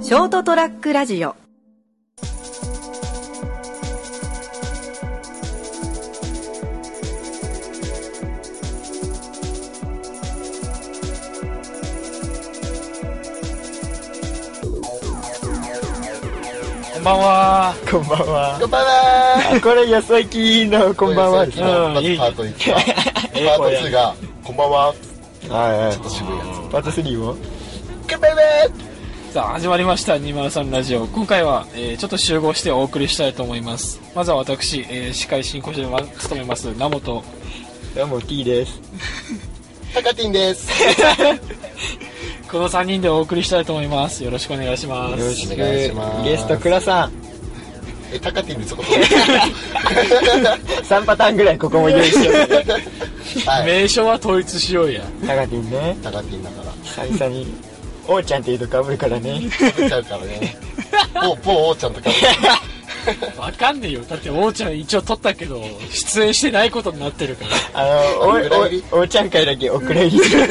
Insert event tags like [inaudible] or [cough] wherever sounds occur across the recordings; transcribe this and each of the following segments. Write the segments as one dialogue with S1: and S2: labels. S1: ショートトラックラジオ
S2: こんばんは。
S3: こんばんは。
S4: こんばんは
S3: これ、やさきのこんばんは
S4: こ
S3: です
S4: れ
S3: ね。
S4: さっき
S2: うん
S4: のまずパート1が、
S2: え
S4: パート2が、こんばんは、
S3: はいはい
S4: ちょっと。渋いや
S3: パート3も
S4: つ。こんばんは
S2: さあ、始まりました、203ラジオ。今回は、えーちょっと集合してお送りしたいと思います。まずは私、えー司会進行してま務めます、名本。
S3: どうも、T です。
S4: タカティンです。
S3: [laughs]
S2: この3人でお送りしたいと思います。よろしくお願いしま
S3: よ
S2: す。
S3: ろしく。
S4: お願いします
S3: ゲスト、倉さん。
S4: え、タカティンです、こ
S3: 3パターンぐらいここも用意し [laughs] よう。
S4: と。はい。
S2: 名称は統一しようや。
S3: タガティンね。
S4: タカティンだから。
S3: 久々に。おーちゃんって言うと被るからね。
S4: 食べちゃうか
S3: [laughs]
S4: らね。ポー、ポー、おーちゃんとか。
S2: わかんねえよ。だって、王ちゃん一応撮ったけど、出演してないことになってるから。
S3: あの、お、お、おーちゃん会だけお蔵入りする。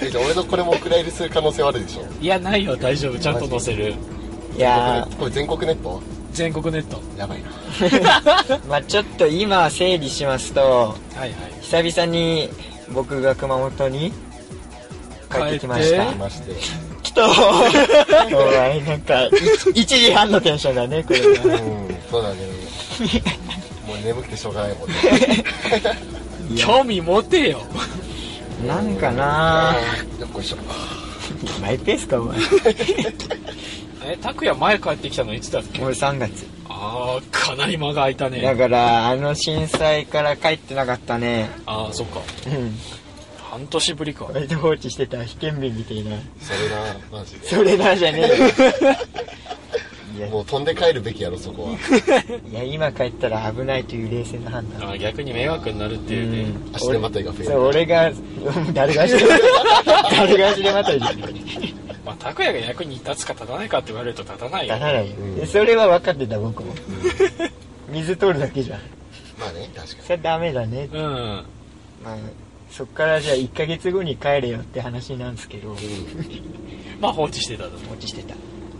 S4: えじゃあ俺のこれもお蔵入りする可能性はあるでしょ。
S3: [laughs]
S2: いや、ないよ、大丈夫。ちゃんと載せる。
S3: いや
S4: これ全国ネット
S2: 全国ネット。
S4: やばいな。
S3: ー、まあちょっと今整理しますと、
S2: はい
S3: 久々に僕が熊本に帰ってきまし
S2: え
S3: た
S4: あり。まして。
S3: きっ [laughs] と、お前なんか、1時半のテンションだね、これは。
S4: うん、そうだね。
S3: [laughs]
S4: もう眠くてしょうがないもんね。
S2: はい。興味持てよ。
S3: なんかなぁ。
S4: よっこいしょ。
S3: マイペースか、お前。
S2: え、拓也前帰ってきたのいつだっ
S3: [laughs]
S2: け
S3: 俺3月。
S2: あー、かなり間が空いたね。
S3: だから、あの震災から帰ってなかったね。
S2: ああそっか
S3: うん。
S2: 半年ぶりか
S3: 割と放置してた、被験日みたいな。
S4: それな、マジで。
S3: それな、じゃねえよ。
S4: もう飛んで帰るべきやろ、そこ
S3: [laughs]
S4: は。
S3: いや、いや今帰ったら危ないという冷静な判断。
S2: あー逆に迷惑になるって
S3: う
S2: いうね、
S3: ん
S4: 足手まといが増える
S3: そう、俺が、誰が [laughs] 知れ、誰が知れまといじゃん。
S2: まあ拓也が役に立つか立たないかって言われると立たない
S3: 出さ
S2: よ
S3: ないよ
S4: う。ん
S3: それは分かってた、僕も。水取るだけじゃん。
S4: まあね、確かに。
S3: それダメだね。
S2: うん
S3: まあ、そっからじゃあ1ヶ月後に帰れよって話なんですけど、
S2: まあ放置してたと思う
S3: 放置してた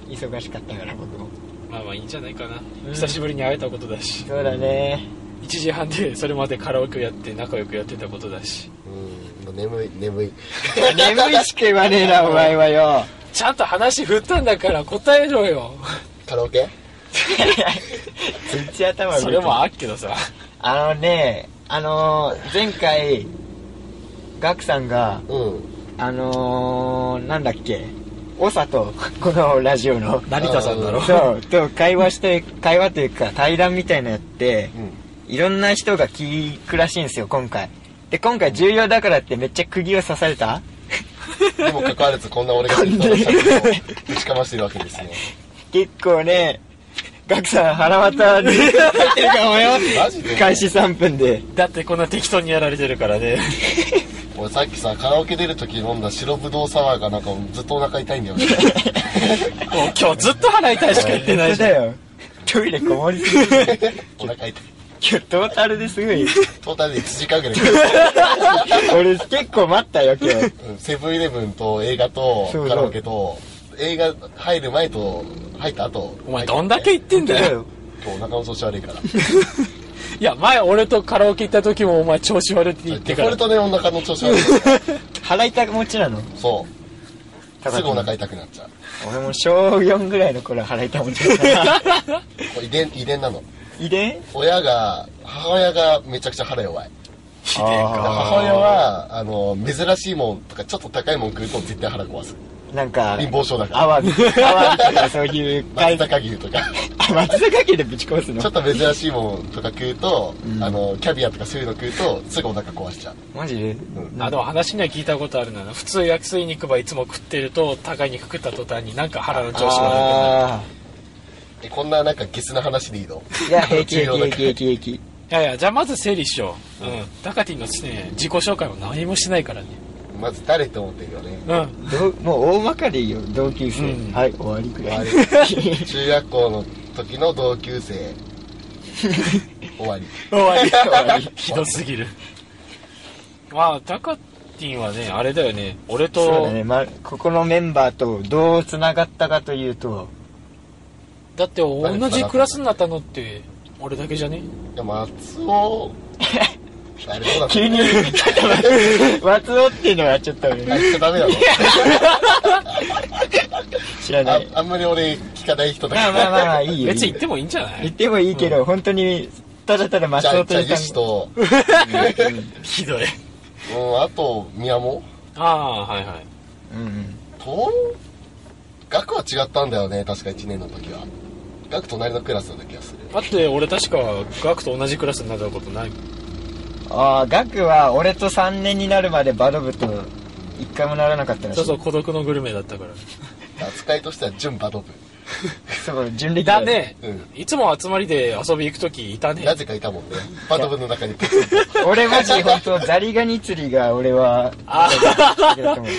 S3: 忙しかったから僕も
S2: まあまあいいんじゃないかな、
S3: うん
S2: 久しぶりに会えたことだし
S3: そうだ [laughs] ね
S2: 1時半でそれまでカラオケをやって仲良くやってたことだし
S4: うん、もう眠い、眠い。
S3: 眠いしか言わねえなお前はよ
S2: ちゃんと話振ったんだから答えろよ
S4: カラオケ
S3: [laughs] 全然頭動いて
S2: そ
S3: ない
S2: れもあっけどさ
S3: あのねあのー前回ガクさんが
S4: うん。
S3: あのー、なんだっけオサとこのラジオの
S2: 成田さんだろ
S3: そうと会話して会話というか対談みたいなのやって
S4: うん。
S3: いろんな人が聞くらしいんですよ今回で今回重要だからってめっちゃ釘を刺された
S4: にもかかわらず、こんな俺が適当な尺をぶちかましてるわけですね。
S3: 結構ね、ガクさん腹渡り入ってるかもよ。
S4: マジで
S3: 開始3分で。
S2: だってこんな適当にやられてるからね
S4: 俺さっきさ、カラオケ出るとき飲んだ白ぶどうサワーがなんかずっとお腹痛いんだよね。
S2: もう今日ずっと腹痛いしか言ってない [laughs]
S3: 本当
S2: じゃん
S3: だよ。トイレこもりすぎて。
S4: お腹痛い。
S3: 今日トータルですごい。
S4: トータルで1時間ぐらい。
S3: 俺結構待ったよ、今日。
S4: うんセブンイレブンと映画と
S3: そうそう
S4: カラオケと、映画入る前と入った後。
S2: お前どんだけ言ってんだよ
S4: 今日お腹の調子悪いから。
S2: いや前俺とカラオケ行った時もお前調子悪いって言って
S4: デフ
S2: か
S4: ォ
S2: ら
S4: ルトでお腹の調子悪いから。
S3: 腹痛持ちなの
S4: そう。すぐお腹痛くなっちゃう。
S3: 俺も小4ぐらいの頃腹痛持ちだ
S2: [laughs]
S3: った。
S4: これ遺伝、遺伝なの。
S3: 遺伝
S4: 親が、母親がめちゃくちゃ腹弱い。
S2: ひでえか
S4: 母親はあの珍しいもんとかちょっと高いもん食うと絶対腹壊す
S3: なんか、
S4: 貧乏症だ
S3: ア
S4: か
S3: ワビ、アワビとかそういう
S4: ら松
S3: 感じ。
S4: 阪牛と
S3: [laughs]
S4: か
S3: あ、松坂家でぶち壊すの
S4: ちょっと珍しいもんとか食うと、あのキャビアとかそういうの食うとすぐお腹壊しちゃう
S3: マジで
S2: あでも話には聞いたことあるな普通薬水肉ばいつも食ってると高い肉食った途端になんか腹の調子が悪
S3: あ
S4: えこんななんかゲスな話でいいの
S3: ーいや、平気
S4: 重要だ
S3: 平
S4: か
S3: 気
S4: ら
S3: 平気平気。
S2: くなるいやいやじゃあまず整理しよう、うん、タカティのね自己紹介も何もしないからね
S4: まず誰って思ってるよね
S2: うん
S3: どうもう大まかでいいよ同級生、
S2: うん
S3: はい終わりくらい
S4: 終
S3: [laughs]
S4: 中学校の時の同級生終わり
S2: 終わり [laughs]
S3: 終わり
S2: ひどすぎるまあタカティンはね、あれだよね、俺と、
S3: そうだね、まあ、ここのメンバーとどう繋がったかというと、
S2: だって同じクラスになったのって、俺だけじゃね
S4: いや、松尾、
S3: [laughs]
S4: あれどうだった
S3: 急に、ちょっと待って [laughs] 松尾っていうのはちょっと俺
S4: あいつダメだろ。
S3: 知らない。
S4: ああんまり俺聞かない人だ
S3: まあまあまあまあ、いいよ。
S2: 別に
S3: いい
S2: 言
S3: よ
S2: ってもいいんじゃな
S3: 言っ
S2: い
S3: てもいいけど、本当に、ただただ
S4: じ
S3: 松
S4: ゃあ、
S3: 尾
S4: じ
S3: と
S4: ゃ
S3: いう
S4: あ、ユ
S3: 単
S4: シ
S3: 語
S4: と、
S2: ひどい。
S4: うん、あと、宮も
S2: ああ、はいはい。
S3: うんうん。
S4: と、学は違ったんだよね、確か1年の時は。学隣のクラスだった気がする。
S2: だって俺確かガクと同じクラスになったことないもん
S3: ああ、ガクは俺と3年になるまでバド部と一回もならなかったらしい。
S2: そうそう孤独のグルメだったから
S4: 扱いとしては純バド部。
S3: そう、準レギュラー。
S2: だね、
S4: うん
S2: いつも集まりで遊び行く時いたね
S4: なぜかいたもんね。バド部の中にポツ
S3: [laughs]
S4: ンと。
S3: 俺マジ本当ザリガニ釣りが俺は
S2: あ
S3: 好きだと思う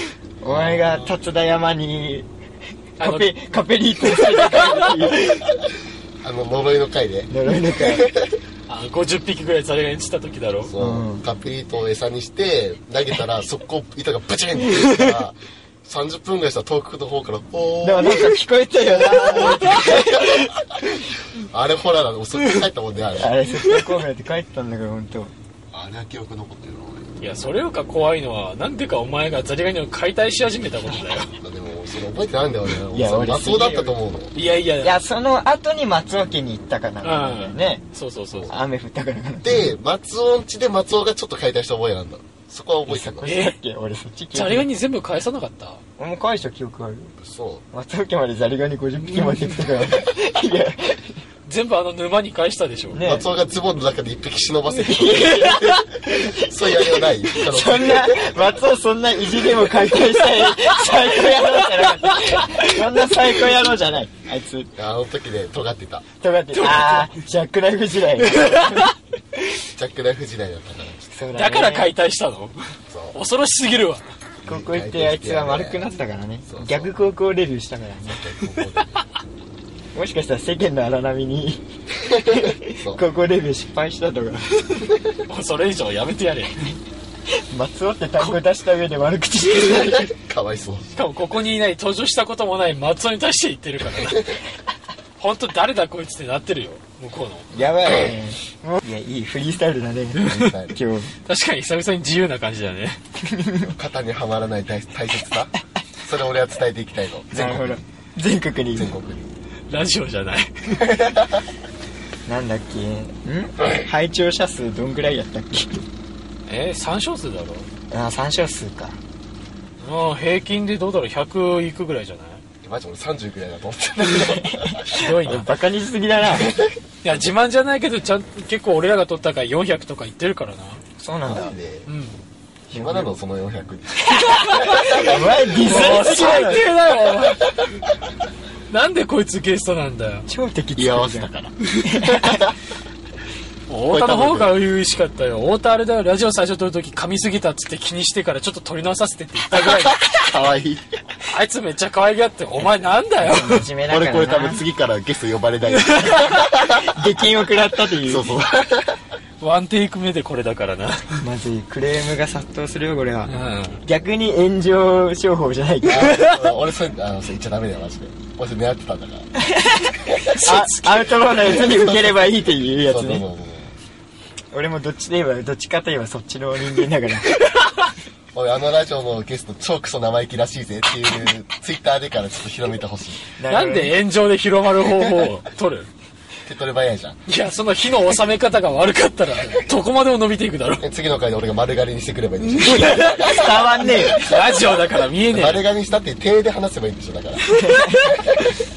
S3: お前が辰田山に
S2: あ
S3: カ
S2: の
S3: ペカペリートされたからっていう
S4: あの、呪いの回で。
S3: 呪いのか
S2: あ50匹ぐらいザリガニ釣った時だろ
S4: そう、
S3: うん
S4: カピリと餌にして投げたら速攻板がブチンって出
S3: [laughs]
S4: てから30分ぐらいしたら遠くの方から「お
S3: でもな
S4: ー
S3: んか聞こえたよな
S4: あれホラーだね遅く帰ったもんねあれ
S3: あれ説明孔明って書いてたんだけど本当
S4: あれは記憶残ってるの
S2: いやそれよりか怖いのはなんでかお前がザリガニを解体し始めたことだよ
S4: 俺でもそれ覚えてないんだよね
S3: いや
S4: それ
S3: 俺
S4: マスオだったと思うの
S2: いやいや
S3: いやその後に松尾家に行ったかな
S2: うん
S3: ね
S2: そうそうそうそう
S3: 雨降ったからかな
S4: で松尾んちで松尾がちょっと解体した覚えなんだそこは覚えてない
S2: え
S3: さっき俺そっち
S2: ザリガニ全部返さなかった
S3: 俺も返した記憶ある
S4: そ
S3: 松尾家までザリガニ50匹持ってきたから [laughs] いや
S2: 全部あの沼に返したでしょ、
S4: う、
S3: ね
S4: 松尾がズボンの中で一匹忍ば
S3: [laughs]
S4: せてたそういうあれはない
S3: そんな、松尾そんな意地でも解体したい、最高野郎じゃなかった。そんな最高野郎じゃない。あいつ、
S4: あの時ね尖ってた
S3: とがって、あー、ジャックナイフ時 [laughs] 代。
S4: ジャックナイフ時代だったから
S3: そうね
S2: だから解体したの
S4: そう
S2: 恐ろしすぎるわ
S3: 高校行ってあいつは丸くなったからね
S4: そうそ
S3: [laughs]
S4: う。
S3: 逆高校レビューしたからね。 [laughs] もしかしたら世間の荒波に、
S4: そう
S3: 高校レビュー失敗したとか、
S2: もうそれ以上やめてやれ
S3: 松尾って単語出した上で悪口してる。
S4: かわいそう
S2: しかもここにいない登場したこともない松尾に対して言ってるからな本当誰だこいつってなってるよ向こうの
S3: やばいね。もういや、いいフリースタイルだね。今日。
S2: 確かに久々に自由な感じだね
S4: 肩にはまらない大大切さそれ俺は伝えていきたいの
S3: な
S4: 全
S3: る
S4: 国
S3: ほど
S4: に。
S3: 全国に
S4: 全。国に
S2: ラジオじゃない
S3: なんだっけん拝聴者数どんぐらいやったっけ
S2: えー、参照数だろ
S3: あ参照数か
S2: うん平均でどうだろう100いくぐらいじゃない
S4: マジ俺30くらいだと思って
S3: [laughs]
S4: た
S2: ひどいない
S3: バカにしすぎだな
S2: や自慢じゃないけどちゃん結構俺らが取ったから400とか言ってるからな
S3: [laughs] そうなんだ
S4: なんで
S2: うん
S4: 暇なのその400に
S3: お前ディ
S2: もう
S3: スりすぎ
S2: 最
S3: だろ
S2: 低だよお前 [laughs] なんでこいつゲストなんだよ
S3: 超敵
S4: 居合
S3: 作
S4: わ
S3: るじ
S4: せ
S3: ゃ
S4: た
S3: ん
S4: から
S2: 太田の方が初々しかったよ太田あれだよラジオ最初撮るとき噛みすぎたっつって気にしてからちょっと撮り直させてって言ったぐらいだ
S4: かわいい
S2: あいつめっちゃ可愛がってお前なんだよ
S3: いじめだか
S4: 俺
S3: ら
S4: これ多分
S3: な
S4: 次からゲスト呼ばれ [laughs] ない
S3: 出禁を食らったとい
S4: そううそう
S2: ワンテイク目でこれだからな
S3: まずいクレームが殺到するよこれは
S2: うん
S3: 逆に炎上商法じゃないか
S4: あ俺それあのそれ言っちゃダメだよマジで俺それ狙ってたんだから
S3: あアウトローのやつに受ければいいっていうや
S4: そ
S3: つ
S4: うそう
S3: ね
S4: そう
S3: 俺もどっちで言えばどっちかといえばそっちの人間だから
S4: 俺あのラジオのゲスト超クソ生意気らしいぜっていうツイッターでからちょっと広めてほしい
S2: なんで炎上で広まる方法を取る
S4: 手っ取り早いじゃん
S2: いやその火の収め方が悪か [laughs] ったらどこまでも伸びていくだろ
S4: え次の回で俺が丸刈りにしてくればいいんでし
S3: [laughs]
S4: ょ
S3: 伝わんねえよ
S2: ラジオだから見えねえ
S4: 丸刈りにしたって手で話せばいいんでしょだから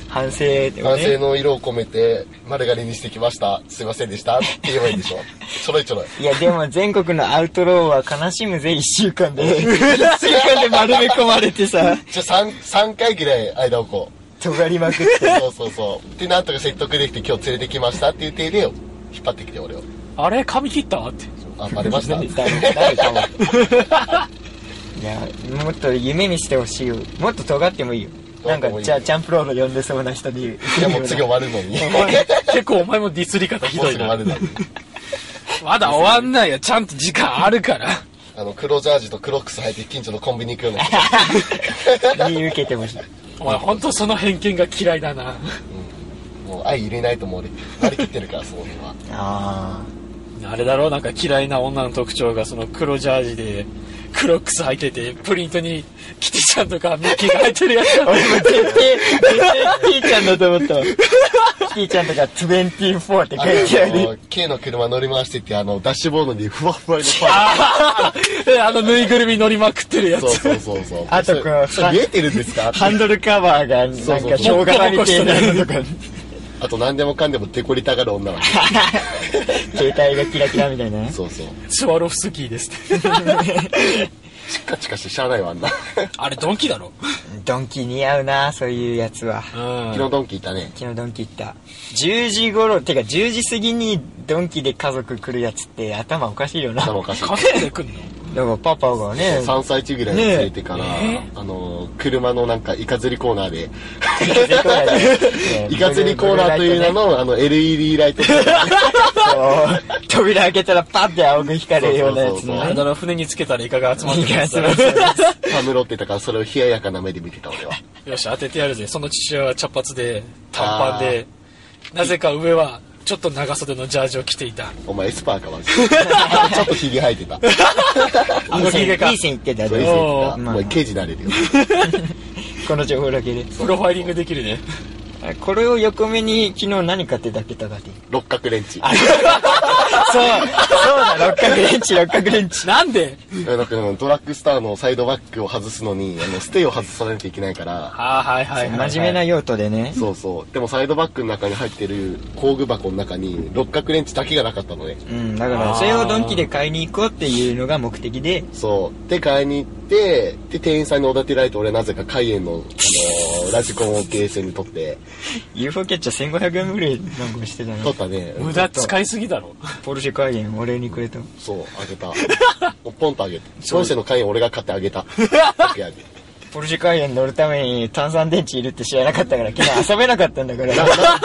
S3: 反省でも
S4: 男性
S3: ね
S4: の色を込めて丸刈りにしてきましたすいませんでしたって言えばいいんでしょちょろいちょろい
S3: いやでも全国のアウトローは悲しむぜ一週間で一週間で丸め込まれてさ
S4: じゃあ 3, 三回ぐらい間をこう
S3: 尖りまくって
S4: そうそうそうでなんとか説得できて今日連れてきましたっていう手で引っ張ってきて俺を
S2: あれ髪切ったって
S4: あバレました
S3: だ誰かもいやもっと夢見してほしいよもっと尖ってもいいよなん
S4: どうでも
S3: か
S4: いい
S3: じゃあチャンプロード呼んでそうな人で言う
S4: いやもう次終わる
S3: [laughs]
S4: のにも
S2: 結構お前もディスり方ひ
S4: う
S2: ど
S4: すぐ
S2: い
S4: 終わ
S2: な
S4: るのに
S2: まだ終わんないよちゃんと時間あるから
S4: あの、黒ジャージと黒靴履いて近所のコンビニ行くような人。
S3: に受けてました。
S2: お前本当その偏見が嫌いだな。
S4: もう愛入れないともう俺、割り切ってるから、その辺は。
S3: あ
S2: あれだろうなんか嫌いな女の特徴がその黒ジャージで黒靴履いててプリントにキティちゃんとかミッキーが入ってる [laughs] やつ
S3: あ。俺も絶対、絶対キティちゃんだと思ったわ。キティちゃんとか24って
S4: あ
S3: 書いてある。
S4: の、K の車乗り回してて、あの、ダッシュボードにふわふわのパ
S2: えあのぬいぐるみ乗りまくってるや
S4: ン。そう
S2: つ
S4: そうそうそう。
S3: あとこう
S4: それ見えてるんですか
S3: ハンドルカバーがなん
S4: そうそう
S3: か氷河みたいなのとか、
S4: あと何でもかんでもデコりたがる女は。
S3: [laughs] 携帯がキラキラみたいな。
S4: そうそう。
S3: [laughs]
S2: スワロフスキーですって
S4: チカチカしてしゃあないわ、あんな。
S2: あれドンキだろ
S3: ドンキ似合うな、そういうやつは。
S2: うん
S4: 昨日ドンキいたね。
S3: 昨日ドンキ行った。10時頃、てか10時過ぎにドンキで家族来るやつって頭おかしいよな。
S4: 頭おかしい。
S2: カフェで来んの
S3: でもパパがね、
S4: 3歳児ぐらいに連れてから、
S2: ね
S4: あの、車のなんか、イカ釣りコーナーで、イ
S3: イ
S4: カ釣りコーナーという名の、あの、LED ライトで
S3: [laughs] そう扉開けたらパッて青く光るようなやつ
S4: そう
S2: あ
S3: の
S2: れだろ船につけたらイカが集まってくるやつだろ
S3: イカ集まって
S4: たむろってたから、それを冷ややかな目で見てた俺は。
S2: よし当ててやるぜその父親は茶髪で短パンでなぜか上はちょっと長袖のジャージを着ていた
S4: お前エスパーか、マジ [laughs] で。あとちょっとヒゲ生えてた。
S2: あ
S3: い
S2: の
S3: い
S2: ヒゲ
S3: 線
S2: か
S3: いい線いってた
S4: そう
S3: ね
S4: いう
S2: お
S4: 人
S2: ー
S4: お
S3: まあ
S4: 前刑事になれるよ。
S3: この情報だけで
S2: プロファイリングできるね
S3: あこれを横目に昨日何買ってたっけたかって
S4: 六角レンチ。
S3: そうそうだ六角レンチ六角レンチ
S2: なんで
S4: だからドラッグスターのサイドバックを外すのに、あの、ステイを外さないといけないから、
S2: ああはいはいはい、はい、
S3: 真面目な用途でね
S4: そうそう。でもサイドバッグの中に入ってる工具箱の中に、六角レンチだけがなかったのね。
S3: うんだからそれをドンキで買いに行こうっていうのが目的で
S4: そう。で、買いに行って、で、店員さんにおだてられて、俺なぜか海縁の、あのーラジコンをゲーセンに取って、
S3: UFO キャッチャー1500円ぐらいなんかしてた
S4: 取
S3: の
S4: ったね。
S2: 無駄使いすぎだろ
S3: ポルシェカイエン俺にくれた
S4: そう、あげた。ポンとあげた。ポンセの海縁俺が買ってあげた。だけ
S3: [laughs]
S4: あげ
S3: ポルシェカイエン乗るために炭酸電池いるって知らなかったから昨日遊べなかったんだから
S4: なな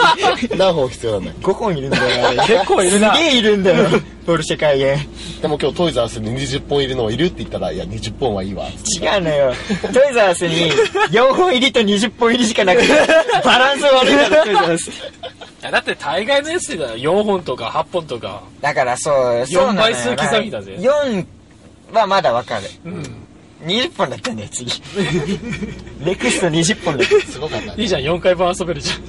S4: 何本必要なんだっ
S3: 5本いるんだよあれ
S2: 結構いるな
S3: すげえいるんだよポルシェカイエン
S4: けでも今日トイザースに20本いるのいるって言ったら、いや、20本はいいわ。
S3: 違うのよトイザースに4本入りと20本入りしかなくてバランス悪いからトイザース
S2: いやだって大概のやつだよ4本とか8本とか
S3: だからそうそうなのよ
S2: 四倍数刻みだぜ
S3: 4はまだわかる
S2: うん
S3: 20本だったんだよ次ネクスト20本だった
S4: すごかった
S2: いい
S4: ね。
S2: じゃん4回分遊べるじゃん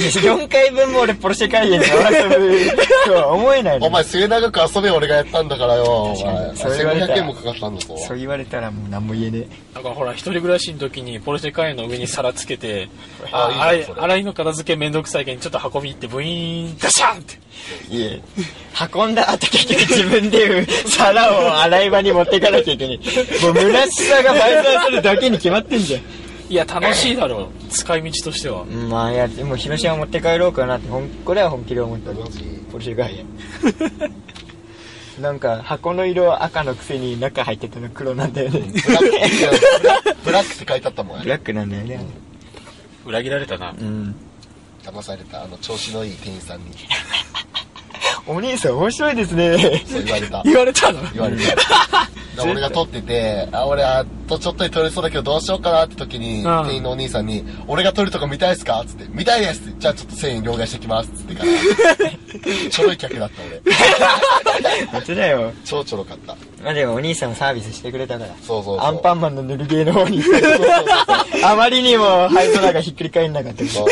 S3: 4回分も俺ポルシェカイエンで遊ぶとは思えないの
S4: お前、末永く遊べ俺がやったんだからよ、お前。
S3: 確かにそれは
S4: 1500円もかかったんだぞ。
S3: そう言われたらもう何も言えねえ
S2: だからほら一人暮らしの時にポルシェカイエンの上に皿つけて
S4: あ
S2: あ洗
S4: いい
S2: い
S4: じゃんそれ
S2: 洗いの片付けめんどくさいけんちょっと運び行ってブイーンガシャンって
S3: いえ運んだ後結局自分で皿を洗い場に持っていかなきゃいけないもう虚しさが倍増するだけに決まってんじゃん
S2: いや楽しいだろう使い道としては
S3: まあいやでも広島持って帰ろうかなってほんこれは本気で思った
S4: マジ
S3: ポルシェガイア [laughs] なんか箱の色赤のくせに中入ってたの黒なんだよね
S4: ブラックいやブラック、ブラックって書いてあったもん、あ
S3: [laughs]
S4: れ
S3: ブラックなんだよね
S2: 裏切られたな
S3: うん
S4: 騙されたあの調子のいい店員さんに
S2: [laughs]
S3: お兄さん面白いですね
S4: そう言われた
S2: 言われたの
S4: 言われただから俺が撮っててあ俺あとちょっとで撮れそうだけどどうしようかなって時に、
S2: うん
S4: 店員のお兄さんに「俺が撮るとこ見たいですか?」っつって「見たいです」って「じゃあちょっと1000円両替してきます」っつってから
S2: [laughs]
S4: ちょろい客だった俺
S3: [laughs] 本当だよ
S4: 超ちょろかった
S3: まあでもお兄さんもサービスしてくれたから
S4: そうそうそう
S3: アンパンマンのぬるゲーの [laughs] 方に
S4: そうそうそう
S3: あまりにも灰皿がひっくり返んなかった
S4: そう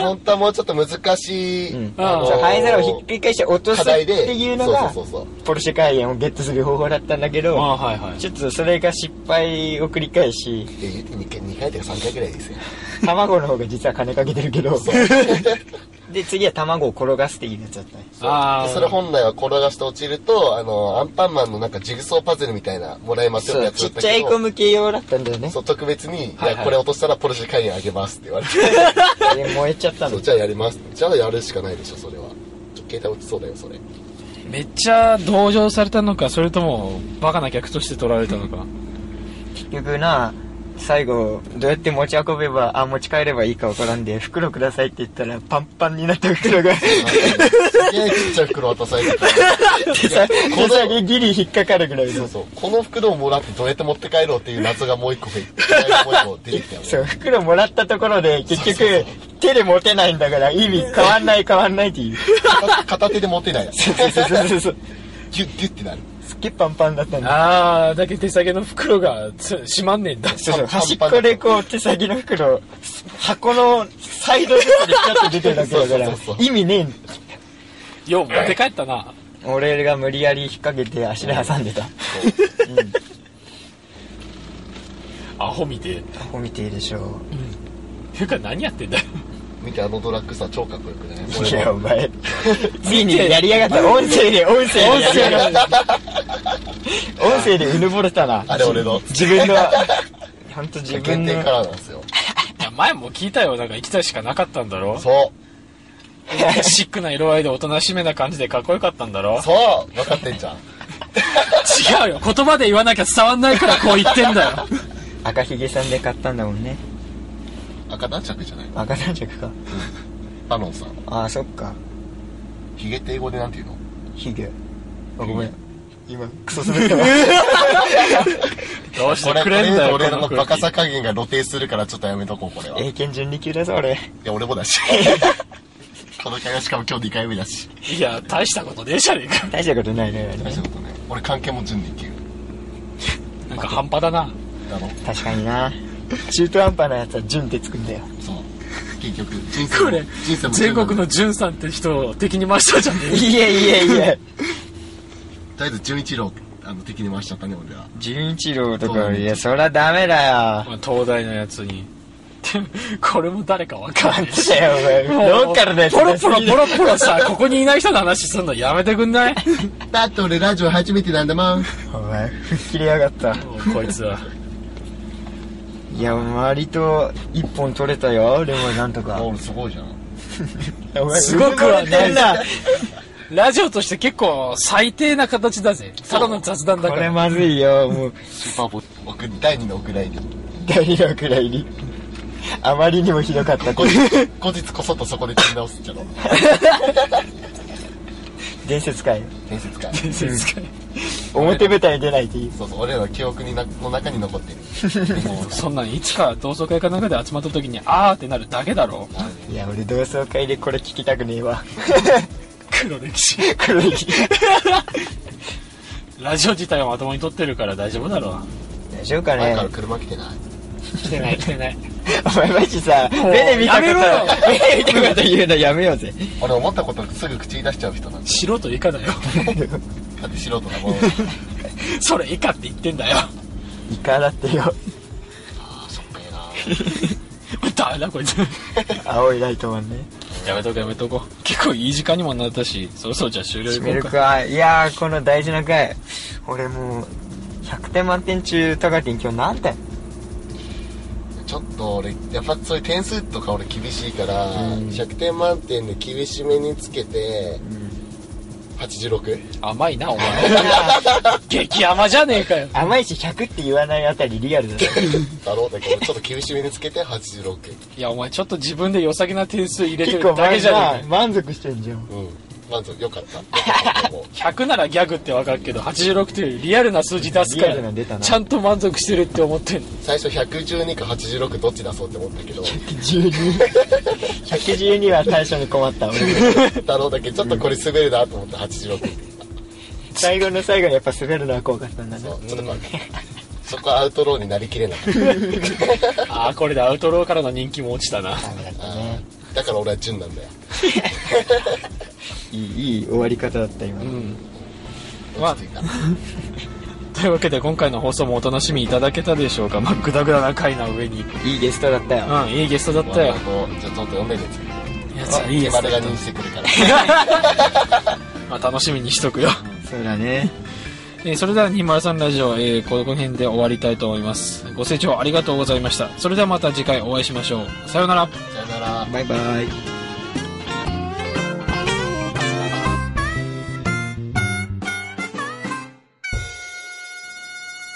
S4: 本当はもうちょっと難しい、
S3: うん
S4: あの
S3: そう灰皿をひっくり返して落とす
S4: 課
S3: っ
S4: 題で
S3: ていうのが
S4: そうそうそう
S3: ポルシェカイエンをゲットする方法だったんだけ
S2: あ
S3: ど
S2: あはいはい
S3: ちょっとそれが失敗を繰り返し
S4: そうで2回2回とか3回ぐらいですよ
S3: 卵の方が実は金かけてるけどで次は卵を転がすっていうやつだったね
S2: あ
S4: それ本来は転がして落ちると、あの、アンパンマンのなんかジグソーパズルみたいな、もらえますよっ
S3: そ
S4: て
S3: う
S4: やつ
S3: ち
S4: だ
S3: っ
S4: った
S3: ちゃ
S4: け
S3: い子
S4: ど、
S3: 向け用だったんだよね
S4: そう、特別に、い
S2: はいは
S4: や、
S2: い
S4: これ落としたらポルシェ会員あげますって言われて、
S3: で燃えちゃった
S4: そ
S3: の
S4: う、じゃあやります。じゃあやるしかないでしょ、それは。ちょ携帯落ちそうだよ、それ。
S2: めっちゃ同情されたのかそれともバカな客として取られたのか
S3: 結局な最後、どうやって持ち運べば、あ、持ち帰ればいいかわからんで、袋くださいって言ったら、パンパンになった袋
S4: [laughs]
S3: が、
S4: すげえちっちゃい袋渡されてた
S3: 手さ、小さげギリ引っかかるぐらい
S4: そ
S3: の
S4: う。そうこの袋をもらってどうやって持って帰ろうっていう謎がもう一個増えてもう一個出てきたよね
S3: そう、袋もらったところで、結局、手で持てないんだから、意味変わんない変わんないっていう。
S4: 片片手で持てない
S3: そうそうそうそうそう。
S4: ギュッギュッてなる
S3: すっげえパンパンだったんだ。
S2: ああ、だけど手提げの袋がつ閉まんねえんだ。
S3: そうそう、
S4: パンパ
S3: 端
S4: ン
S3: っこでこう、手先の袋、箱のサイドずつでピャッと出てるだけだから
S4: そうそうそう、そう
S3: 意味ねえんだ
S2: [laughs] よう、持って帰ったな。
S3: 俺が無理やり引っ掛けて足で挟んでた。
S2: アホ見て。
S3: アホ見ていいでしょう。
S2: ていうか何やってんだよ。
S4: 見てあのドラッグさ超かっこよくな
S3: [laughs]
S4: い
S3: い
S4: 俺
S3: や、お
S4: も
S3: 前、ついにやりやがった。音声で、音声でやりやがった。音声でうぬぼれたな。
S4: あれ俺の
S3: 自分の、ほんと自分
S4: 限定
S3: の
S4: か、らなんですよ
S2: いや前も聞いたよ。なんか行きたいしかなかったんだろ
S4: そ
S2: シックな色合いでおとなしめな感じでかっこよかったんだろ
S4: うそう分かってんじゃん
S2: 違うよ。言葉で言わなきゃ伝わんないからこう言ってんだよ。
S3: 赤ひげさんで買ったんだもんね。
S4: 赤男爵じゃないの
S3: 赤男爵か。
S4: パノンさん
S3: ああ、そっか。
S4: ヒゲって英語でなんて言うの
S3: ひげ。あ、ご
S4: め
S3: め
S4: ん
S3: ん。今、クソ滑ってます。
S2: どうして
S4: 俺
S2: くれんだよ、
S4: 俺
S2: こ
S4: の
S2: 空
S4: バ
S2: 気
S4: カさ加減が露呈するからちょっとやめとこうこれは
S3: 英検準2級だぞ、俺。
S4: いや、俺もだし。この会話しかも今日2回目だし。
S2: いや、大したことねえじゃねえか。
S3: 大したことないね。
S4: 大したことね。俺関係も準2級。
S2: なんか半端だな。
S4: だろ
S3: 確かにな。中途半端なやつは順ってつくんだよ。
S4: そう。結局、人生も
S2: これ
S4: 人生、も
S2: 全国
S4: と
S2: の淳さんって人を敵に回したじゃん。
S3: いえいえいえ。
S4: りあえず純一郎、あの、敵に回しちゃったね、俺は。
S3: [laughs] 純一郎とか、いや、そりゃダメだよ。
S2: まあ東大のやつに。でも [laughs] これも誰かわかんない。
S3: だよ、お前。ローカルのやつ
S2: ポ [laughs] ロ
S3: だ
S2: ポロポロポロさ、ここにいない人の話すんのやめてくん [laughs] ない
S4: だって俺ラジオ初めてなんだもん。
S3: お前、吹っ切れやがった。
S2: もうこいつは。
S3: いや、割と、一本取れたよ。でも、なんとか。
S4: 俺すごいじゃん。
S3: お前
S2: すごくはな
S3: 埋
S2: い
S3: められ
S2: ラジオとして結構最低な形だぜ。ただの雑談
S3: てんな
S2: だ
S3: こ
S2: か
S3: れ
S2: ら。
S3: まずいよ。もう、
S4: スーパーボ奥に、第2の奥らいに。
S3: ダリラくらいに。あまりにもひどかった。
S4: 後日、後日こそっとそこで聞き直すっちゃろ。
S3: 伝説会。
S4: 伝説か。
S2: 説会
S3: 表舞台に出ないでいい。
S4: そうそう、俺らの記憶になの中に残ってる。もう、
S2: そんなんいつか同窓会かなんかで集まった時にあーってなるだけだろ。
S3: いや、俺同窓会でこれ聞きたくねえ [laughs] わ。
S2: [laughs] 黒歴史。
S3: 黒歴史
S2: ラジオ自体はまともに撮ってるから大丈夫だろ
S3: 大丈夫か
S4: 前
S3: ね
S4: から車来てない。
S2: [laughs] う。来てない来てない。
S3: お前マジさ、目で見たこ
S2: やめろよ
S3: と、目で見たこと言うのやめようぜ。
S4: 俺思ったことすぐ口に出しちゃう人なんだよ。
S2: 素人以下だよ。 [laughs]
S4: だって素人だもん。
S2: それ以下って言ってんだよ。 [laughs]
S3: イカだってよ。
S4: あ、そっかいな。
S2: だめだこいつ。 [laughs]
S3: 青いライトマンね。
S2: やめとこやめとこ。結構いい時間にもなったし、そろそろじゃあ終了い
S3: 締
S2: こ
S3: め
S2: う
S3: る
S2: か。
S3: か。いやー、この大事な回。俺もう、100点満点中、高ン今日何 [laughs] 点
S4: ちょっと俺やっぱそういう点数とか俺厳しいから、100点満点で厳しめにつけて、86
S2: 甘いな、お前。 [laughs] 激甘じゃねえかよ。
S3: 甘いし100って言わないあたりリアルだね。
S4: だろうだけどちょっと厳しめにつけて86
S2: いや、お前ちょっと自分で良さげな点数入れて
S3: 結
S2: る
S3: 構
S2: だ
S3: 前
S2: け
S3: じ
S2: じゃ
S3: ゃ
S2: ねえか。
S3: 満足してんじゃん。
S4: うん満足よかったよかったと思う
S2: 100ならギャグってわかるけど、86というリアルな数字出すか
S3: リアルなの出た
S2: ら、
S3: な
S2: ちゃんと満足してるって思って
S3: [laughs]
S2: んの。
S4: 最初112か86どっち出そうって思ったけど
S3: 12。112は最初に困 [laughs] った。俺
S4: だろうだけどちょっとこれ滑るなと思って86
S3: 最後の最後にやっぱ滑るのは怖かったんだね
S4: そう。ちょっと怖かったそこはアウトローになりきれなかった
S2: ああ、これでアウトローからの人気も落ちたな。
S4: あーだから俺は純なんだよ
S3: いい、いい終わり方だった今
S2: う
S3: の。
S2: ん。まあ
S4: 落ち着いた
S2: というわけで今回の放送もお楽しみいただけたでしょうか。まあ、グダグダな回な上に。
S3: いいゲストだったよ。
S2: うん、いいゲストだっ
S4: ま
S2: たよ
S4: あ。こうじゃあとうとう読めるやつ
S2: やつはいいゲスト
S4: 丸
S2: だ
S4: が
S2: った
S4: 認してくる
S2: [laughs]
S4: から
S2: まあ、楽しみにしとくよ。
S3: そうだね。
S2: えーそれでは203ラジオ、えー、この辺で終わりたいと思います。ご清聴ありがとうございました。それではまた次回お会いしましょう。さようなら。
S4: さよなら
S3: バイバイ。